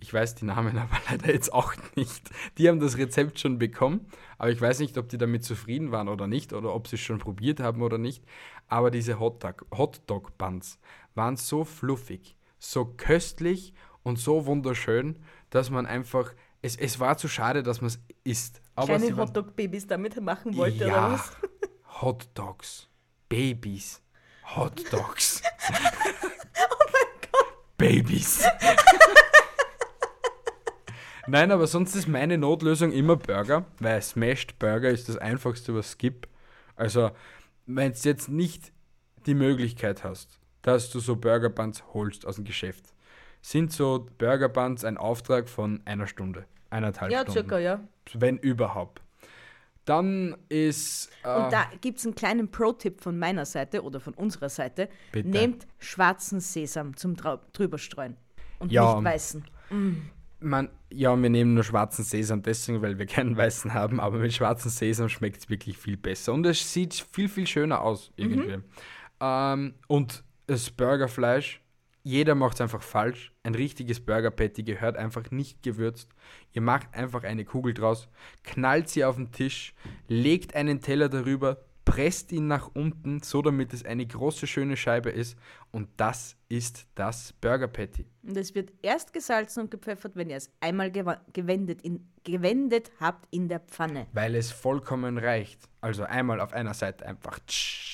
[SPEAKER 1] ich weiß die Namen [laughs] aber leider jetzt auch nicht, die haben das Rezept schon bekommen, aber ich weiß nicht, ob die damit zufrieden waren oder nicht oder ob sie es schon probiert haben oder nicht, aber diese Hot Dog, Hot Dog Buns waren so fluffig so köstlich und so wunderschön, dass man einfach, es, es war zu schade, dass man es isst. Aber
[SPEAKER 2] Kleine
[SPEAKER 1] sie waren-
[SPEAKER 2] Hotdog-Babys damit machen wollte
[SPEAKER 1] ja,
[SPEAKER 2] oder was?
[SPEAKER 1] Hot Dogs, Babys, Hot
[SPEAKER 2] [laughs]
[SPEAKER 1] Dogs. oh mein
[SPEAKER 2] Oh
[SPEAKER 1] Gott. Babys. [laughs] Nein, aber sonst ist meine Notlösung immer Burger, weil Smashed Burger ist das einfachste, was es gibt. Also, wenn du jetzt nicht die Möglichkeit hast, dass du so Burger Buns holst aus dem Geschäft, sind so Burger Buns ein Auftrag von einer Stunde, eineinhalb
[SPEAKER 2] Ja,
[SPEAKER 1] Stunden.
[SPEAKER 2] circa, ja.
[SPEAKER 1] Wenn überhaupt. Dann ist. äh,
[SPEAKER 2] Und da gibt es einen kleinen Pro-Tipp von meiner Seite oder von unserer Seite.
[SPEAKER 1] Bitte.
[SPEAKER 2] Nehmt schwarzen Sesam zum Trau- drüberstreuen und
[SPEAKER 1] Ja.
[SPEAKER 2] nicht weißen.
[SPEAKER 1] Man, ja, wir nehmen nur schwarzen Sesam deswegen, weil wir keinen weißen haben, aber mit schwarzen Sesam schmeckt es wirklich viel besser. Und es sieht viel, viel schöner aus, irgendwie. Ähm, und das Burgerfleisch, jeder macht es einfach falsch. Ein richtiges Burger-Patty gehört einfach nicht gewürzt. Ihr macht einfach eine Kugel draus, knallt sie auf den Tisch, legt einen Teller darüber, presst ihn nach unten, so damit es eine große, schöne Scheibe ist. Und das ist das Burger-Patty.
[SPEAKER 2] Und es wird erst gesalzen und gepfeffert, wenn ihr es einmal gewa- gewendet, in, gewendet habt in der Pfanne.
[SPEAKER 1] weil es vollkommen reicht. Also einmal auf einer Seite einfach tsch-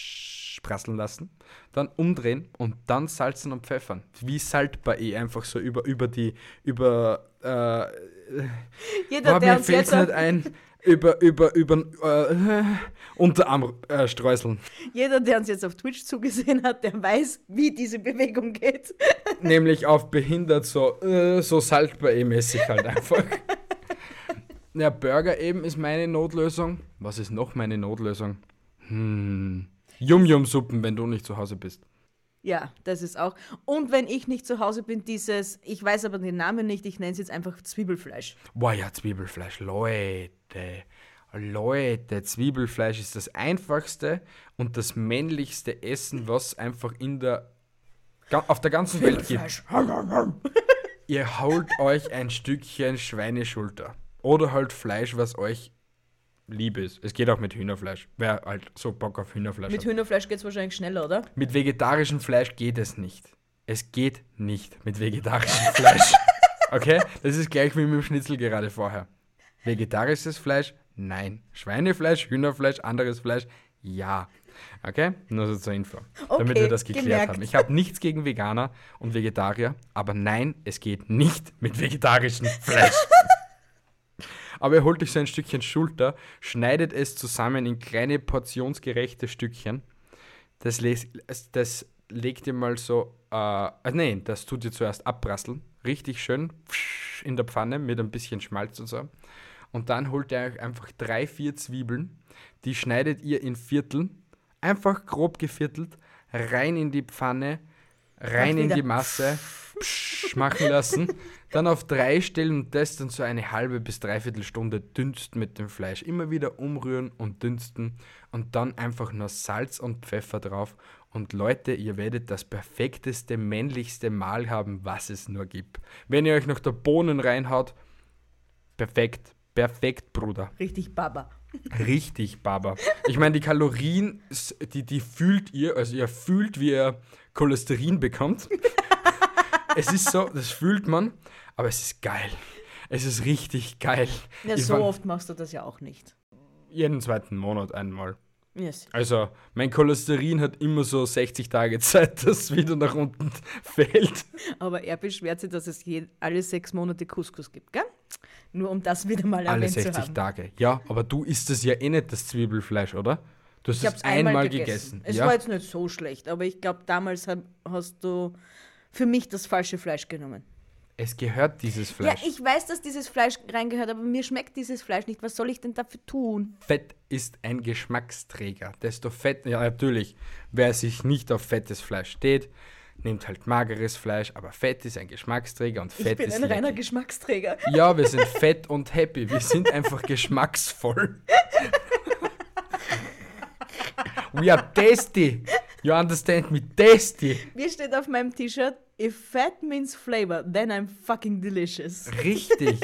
[SPEAKER 1] prasseln lassen, dann umdrehen und dann salzen und pfeffern. Wie saltbar eh einfach so über, über die, über, äh,
[SPEAKER 2] Jeder,
[SPEAKER 1] boah,
[SPEAKER 2] der
[SPEAKER 1] mir halt
[SPEAKER 2] uns
[SPEAKER 1] fällt's
[SPEAKER 2] jetzt
[SPEAKER 1] nicht ein, über, über, über, äh, [laughs] Unterarm äh, streuseln.
[SPEAKER 2] Jeder, der uns jetzt auf Twitch zugesehen hat, der weiß, wie diese Bewegung geht.
[SPEAKER 1] Nämlich auf behindert, so, äh, so saltbar eh mäßig halt einfach. Ja, Burger eben ist meine Notlösung. Was ist noch meine Notlösung? Hm. Yum-Yum-Suppen, wenn du nicht zu Hause bist.
[SPEAKER 2] Ja, das ist auch. Und wenn ich nicht zu Hause bin, dieses, ich weiß aber den Namen nicht, ich nenne es jetzt einfach Zwiebelfleisch.
[SPEAKER 1] Boah, ja, Zwiebelfleisch, Leute. Leute, Zwiebelfleisch ist das einfachste und das männlichste Essen, was einfach in der ga- auf der ganzen
[SPEAKER 2] [laughs]
[SPEAKER 1] Welt gibt. Ihr holt euch ein Stückchen Schweineschulter oder halt Fleisch, was euch lieb ist. Es geht auch mit Hühnerfleisch. Wer halt so Bock auf Hühnerfleisch
[SPEAKER 2] Mit
[SPEAKER 1] hat.
[SPEAKER 2] Hühnerfleisch geht es wahrscheinlich schneller, oder?
[SPEAKER 1] Mit vegetarischem Fleisch geht es nicht. Es geht nicht mit vegetarischem [laughs] Fleisch. Okay? Das ist gleich wie mit dem Schnitzel gerade vorher. Vegetarisches Fleisch? Nein. Schweinefleisch, Hühnerfleisch, anderes Fleisch? Ja. Okay? Nur so zur Info. damit
[SPEAKER 2] Okay,
[SPEAKER 1] wir das geklärt
[SPEAKER 2] gemerkt.
[SPEAKER 1] haben. Ich habe nichts gegen Veganer und Vegetarier, aber nein, es geht nicht mit
[SPEAKER 2] [laughs]
[SPEAKER 1] vegetarischem Fleisch. Aber er holt euch so ein Stückchen Schulter, schneidet es zusammen in kleine portionsgerechte Stückchen. Das, les, es- das legt ihr mal so, äh, ah, nein, das tut ihr zuerst abprasseln. Richtig schön psch, in der Pfanne mit ein bisschen Schmalz und so. Und dann holt ihr euch einfach drei, vier Zwiebeln, die schneidet ihr in Vierteln, einfach grob geviertelt, rein in die Pfanne, rein
[SPEAKER 2] Macht
[SPEAKER 1] in die
[SPEAKER 2] wieder
[SPEAKER 1] Masse, psch, machen
[SPEAKER 2] [laughs]
[SPEAKER 1] lassen, dann auf drei Stellen und das dann so eine halbe bis dreiviertel Stunde dünsten mit dem Fleisch. Immer wieder umrühren und dünsten und dann einfach nur Salz und Pfeffer drauf. Und Leute, ihr werdet das perfekteste, männlichste Mahl haben, was es nur gibt. Wenn ihr euch noch da Bohnen reinhaut, perfekt, perfekt, Bruder.
[SPEAKER 2] Richtig Baba.
[SPEAKER 1] Richtig, Baba. Ich meine, die Kalorien, s- die, die fühlt ihr, also ihr fühlt, wie ihr Cholesterin
[SPEAKER 2] [laughs]
[SPEAKER 1] bekommt. es ist so, das fühlt man, aber es ist geil. Es ist richtig geil.
[SPEAKER 2] Ja,
[SPEAKER 1] Ich
[SPEAKER 2] so
[SPEAKER 1] war
[SPEAKER 2] oft machst du das ja auch nicht.
[SPEAKER 1] Jeden zweiten Monat einmal.
[SPEAKER 2] Yes.
[SPEAKER 1] Also, mein Cholesterin hat immer so 60 Tage Zeit, [laughs] dass es wieder nach unten fällt.
[SPEAKER 2] Aber er beschwert sich, dass es je, alle sechs Monate Couscous gibt, gell? Nur um das wieder mal
[SPEAKER 1] Alle
[SPEAKER 2] erwähnt zu
[SPEAKER 1] 60
[SPEAKER 2] haben.
[SPEAKER 1] Tage. Ja, aber du isst es ja eh nicht, das Zwiebelfleisch, oder? Du hast
[SPEAKER 2] Ich
[SPEAKER 1] es
[SPEAKER 2] hab's
[SPEAKER 1] einmal, gegessen.
[SPEAKER 2] Es
[SPEAKER 1] ja?
[SPEAKER 2] war jetzt nicht so schlecht, aber ich glaube, damals hab, hast du für mich das falsche Fleisch genommen.
[SPEAKER 1] es gehört dieses Fleisch.
[SPEAKER 2] Ja, ich weiß, dass dieses Fleisch reingehört, aber mir schmeckt dieses Fleisch nicht. Was soll ich denn dafür tun?
[SPEAKER 1] Fett ist ein Geschmacksträger. Desto fett, ja natürlich, wer sich nicht auf fettes Fleisch steht, nimmt halt mageres Fleisch, aber Fett ist ein Geschmacksträger und Fett
[SPEAKER 2] ich bin
[SPEAKER 1] ist
[SPEAKER 2] ein reiner
[SPEAKER 1] lecker.
[SPEAKER 2] Geschmacksträger.
[SPEAKER 1] Ja, wir sind fett und happy. Wir sind einfach
[SPEAKER 2] [laughs]
[SPEAKER 1] geschmacksvoll. We are tasty. You understand me? Tasty.
[SPEAKER 2] Mir steht auf meinem T-Shirt, if fat means flavor, then I'm fucking delicious.
[SPEAKER 1] Richtig.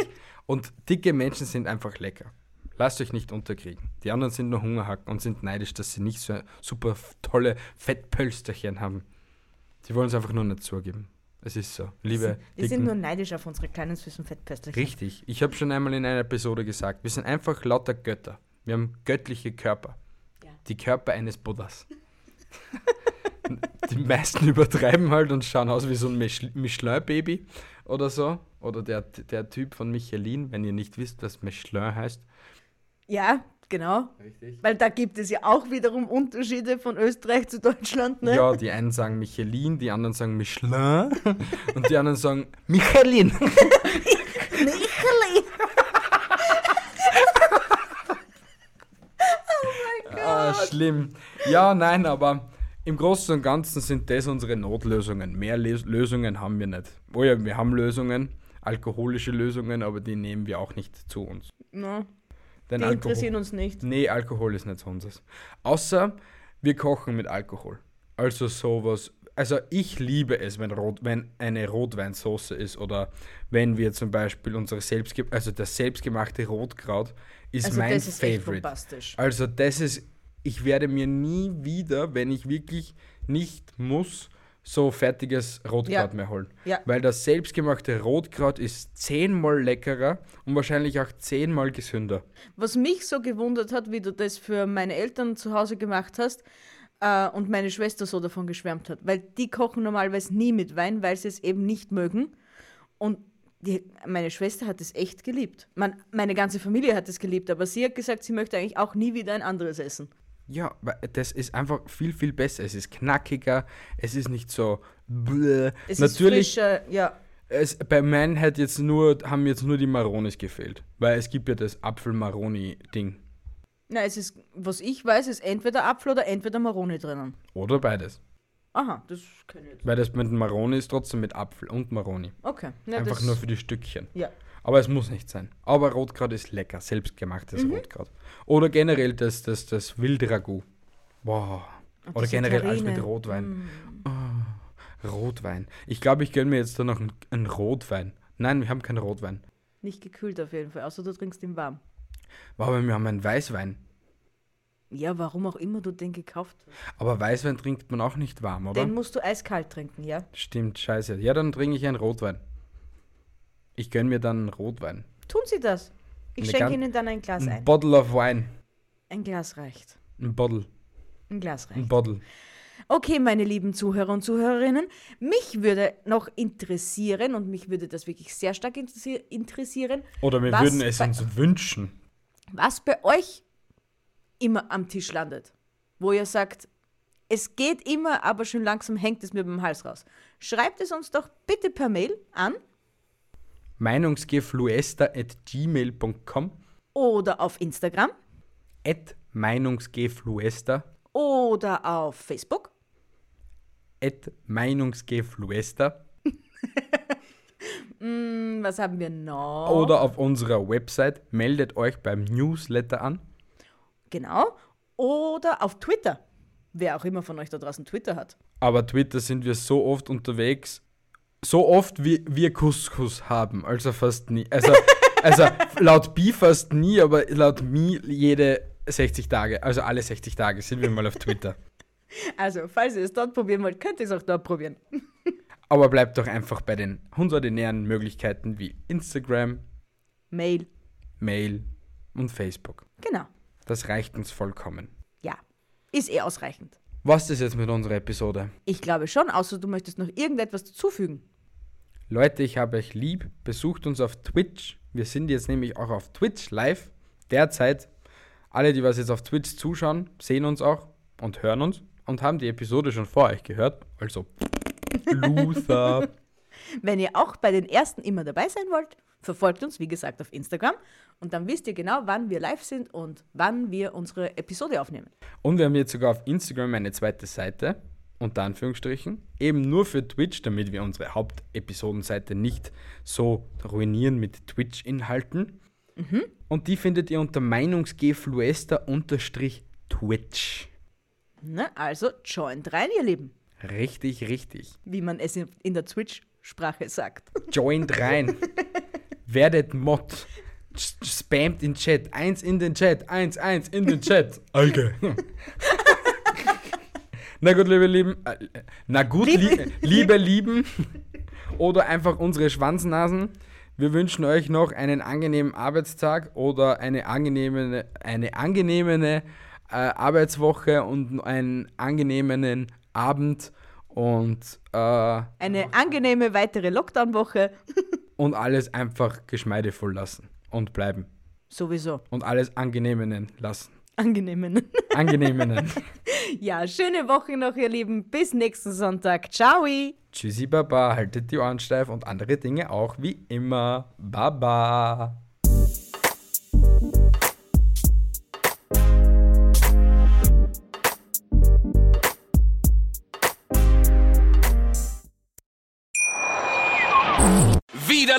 [SPEAKER 1] Und dicke Menschen sind einfach lecker. Lasst euch nicht unterkriegen. Die anderen sind nur Hungerhacken und sind neidisch, dass sie nicht so super f- tolle Fettpölsterchen haben. Sie wollen es einfach nur nicht zugeben. Es ist so. Liebe
[SPEAKER 2] Wir sind
[SPEAKER 1] dicken-
[SPEAKER 2] nur neidisch auf unsere kleinen süßen Fettpösterchen.
[SPEAKER 1] Richtig. Ich habe schon einmal in einer Episode gesagt, wir sind einfach lauter Götter. Wir haben göttliche Körper.
[SPEAKER 2] Ja.
[SPEAKER 1] Die Körper eines Buddhas. [laughs] Die meisten übertreiben halt und schauen aus wie so ein Mich- Michelin-Baby oder so. Oder der, der Typ von Michelin, wenn ihr nicht wisst, was Michelin heißt.
[SPEAKER 2] Ja, genau.
[SPEAKER 1] Richtig.
[SPEAKER 2] Weil da gibt es ja auch wiederum Unterschiede von Österreich zu Deutschland, ne?
[SPEAKER 1] Ja, die einen sagen Michelin, die anderen sagen Michelin [laughs] und die anderen sagen Michelin.
[SPEAKER 2] Micheli!
[SPEAKER 1] Ah, schlimm. Ja, nein, aber im Großen und Ganzen sind das unsere Notlösungen. Mehr Les Lösungen haben wir nicht. Oh ja, wir haben Lösungen, alkoholische Lösungen, aber die nehmen wir auch nicht zu uns.
[SPEAKER 2] No,
[SPEAKER 1] Denn
[SPEAKER 2] die interessieren
[SPEAKER 1] Alkohol,
[SPEAKER 2] uns nicht.
[SPEAKER 1] nee, Alkohol ist nicht so unseres. Außer wir kochen mit Alkohol. Also sowas. Also ich liebe es, wenn, Rot, wenn eine Rotweinsauce ist oder wenn wir zum Beispiel unsere selbstge also das selbstgemachte Rotkraut ist
[SPEAKER 2] Also
[SPEAKER 1] mein
[SPEAKER 2] das ist echt
[SPEAKER 1] Favorite.
[SPEAKER 2] bombastisch.
[SPEAKER 1] Also das ist, ich werde mir nie wieder, wenn ich wirklich nicht muss, so fertiges Rotkraut
[SPEAKER 2] Ja.
[SPEAKER 1] mehr holen.
[SPEAKER 2] Ja.
[SPEAKER 1] Weil das selbstgemachte Rotkraut ist zehnmal leckerer und wahrscheinlich auch zehnmal gesünder.
[SPEAKER 2] Was mich so gewundert hat, wie du das für meine Eltern zu Hause gemacht hast äh, und meine Schwester so davon geschwärmt hat, weil die kochen normalerweise nie mit Wein, weil sie es eben nicht mögen. Und die, meine Schwester hat es echt geliebt. Man, meine ganze Familie hat es geliebt, aber sie hat gesagt, sie möchte eigentlich auch nie wieder ein anderes essen.
[SPEAKER 1] Ja, weil das ist einfach viel, viel besser. Es ist knackiger, es ist nicht so... Bläh.
[SPEAKER 2] Es
[SPEAKER 1] Natürlich,
[SPEAKER 2] ist frischer, ja.
[SPEAKER 1] es, bei Man hat jetzt nur, haben jetzt nur die Maronis gefehlt, weil es gibt ja das Apfel-Maroni-Ding.
[SPEAKER 2] Na, es ist, was ich weiß, ist entweder Apfel oder entweder Maroni drinnen.
[SPEAKER 1] Oder beides.
[SPEAKER 2] Aha, das kann ich jetzt.
[SPEAKER 1] Weil das mit Maroni ist trotzdem mit Apfel und Maroni.
[SPEAKER 2] Okay. Na,
[SPEAKER 1] Einfach
[SPEAKER 2] das,
[SPEAKER 1] nur für die Stückchen.
[SPEAKER 2] Ja.
[SPEAKER 1] Aber es muss nicht sein. Aber Rotkraut ist lecker, selbstgemachtes
[SPEAKER 2] Mhm.
[SPEAKER 1] Rotkraut. Oder generell das, das, das Wildragout. Wow. Oder
[SPEAKER 2] diese
[SPEAKER 1] generell alles mit
[SPEAKER 2] Oh, Terrine. Mhm.
[SPEAKER 1] Rotwein. Oh, Rotwein. Ich glaube, ich gönne mir jetzt da noch einen, einen Rotwein. Nein, wir haben keinen Rotwein.
[SPEAKER 2] Nicht gekühlt auf jeden Fall, außer du trinkst ihn warm.
[SPEAKER 1] Wow, aber wir haben einen Weißwein.
[SPEAKER 2] Ja, warum auch immer du den gekauft hast.
[SPEAKER 1] Aber Weißwein trinkt man auch nicht warm, oder?
[SPEAKER 2] Den musst du eiskalt trinken, ja?
[SPEAKER 1] Stimmt, scheiße. Ja, dann trinke ich einen Rotwein. Ich gönn mir dann einen Rotwein.
[SPEAKER 2] Tun sie das. Ich
[SPEAKER 1] Eine
[SPEAKER 2] schenke
[SPEAKER 1] ganz- Hm.
[SPEAKER 2] ihnen dann ein Glas
[SPEAKER 1] Ein
[SPEAKER 2] ein.
[SPEAKER 1] Bottle of Wine.
[SPEAKER 2] Ein Glas reicht.
[SPEAKER 1] Ein Bottle.
[SPEAKER 2] Ein Glas reicht.
[SPEAKER 1] Ein Bottle.
[SPEAKER 2] Okay, meine lieben Zuhörer und Zuhörerinnen, mich würde noch interessieren und mich würde das wirklich sehr stark interessi interessieren,
[SPEAKER 1] Oder wir
[SPEAKER 2] Was
[SPEAKER 1] würden es
[SPEAKER 2] bei-
[SPEAKER 1] uns wünschen.
[SPEAKER 2] was bei euch immer am Tisch landet. Wo ihr sagt, es geht immer, aber schon langsam hängt es mir beim Hals raus. Schreibt es uns doch bitte per Mail an
[SPEAKER 1] Meinungsgefluester at gmail.com
[SPEAKER 2] oder auf Instagram
[SPEAKER 1] at Meinungsgefluester
[SPEAKER 2] oder auf Facebook
[SPEAKER 1] at Meinungsgefluester
[SPEAKER 2] Hm, Was haben wir noch?
[SPEAKER 1] oder auf unserer Website. Meldet euch beim Newsletter an.
[SPEAKER 2] Genau. Oder auf Twitter. Wer auch immer von euch da draußen Twitter hat.
[SPEAKER 1] Aber Twitter sind wir so oft unterwegs, so oft wie wir Couscous haben. Also fast nie. Also, also laut B fast nie, aber laut Mi jede 60 Tage. Also alle 60 Tage sind wir mal auf Twitter.
[SPEAKER 2] Also, falls ihr es dort probieren wollt, könnt ihr es auch dort probieren.
[SPEAKER 1] Aber bleibt doch einfach bei den hundordinären Möglichkeiten wie Instagram,
[SPEAKER 2] Mail.
[SPEAKER 1] Mail und Facebook.
[SPEAKER 2] Genau.
[SPEAKER 1] Das reicht uns vollkommen.
[SPEAKER 2] Ja. Ist eh ausreichend.
[SPEAKER 1] Was ist jetzt mit unserer Episode?
[SPEAKER 2] Ich glaube schon, außer du möchtest noch irgendetwas dazufügen.
[SPEAKER 1] Leute, ich habe euch lieb. Besucht uns auf Twitch. Wir sind jetzt nämlich auch auf Twitch live. Derzeit. Alle, die was jetzt auf Twitch zuschauen, sehen uns auch und hören uns und haben die Episode schon vor euch gehört. Also, Luther.
[SPEAKER 2] Wenn ihr auch bei den ersten immer dabei sein wollt, verfolgt uns, wie gesagt, auf Instagram. Und dann wisst ihr genau, wann wir live sind und wann wir unsere Episode aufnehmen.
[SPEAKER 1] Und wir haben jetzt sogar auf Instagram eine zweite Seite, unter Anführungsstrichen, eben nur für Twitch, damit wir unsere Hauptepisodenseite nicht so ruinieren mit Twitch-Inhalten. Und die findet ihr unter Meinungsgefluester-Twitch.
[SPEAKER 2] Ne? Also, joint rein, ihr Lieben.
[SPEAKER 1] Richtig, richtig.
[SPEAKER 2] Wie man es in in der Twitch-Sprache sagt.
[SPEAKER 1] Joint rein. Werdet Mod. S- Spamt in Chat. Eins in den Chat. Eins, eins in den Chat. Alge. Na gut, liebe Lieben. äh, Na gut,
[SPEAKER 2] Liebe-
[SPEAKER 1] li liebe Lieben. Oder einfach unsere Schwanznasen. Wir wünschen euch noch einen angenehmen Arbeitstag oder eine angenehme, eine angenehme äh, Arbeitswoche und einen angenehmen Abend. Und äh,
[SPEAKER 2] Eine angenehme weitere Lockdown-Woche.
[SPEAKER 1] und alles einfach geschmeidevoll lassen und bleiben
[SPEAKER 2] Sowieso.
[SPEAKER 1] und alles angenehmen lassen.
[SPEAKER 2] Angenehmen. [laughs]
[SPEAKER 1] Angenehmen.
[SPEAKER 2] Ja, schöne Woche noch, ihr Lieben. Bis nächsten Sonntag. Ciao.
[SPEAKER 1] Tschüssi Baba, haltet die Ohren steif und andere Dinge auch wie immer. Baba.
[SPEAKER 3] Wieder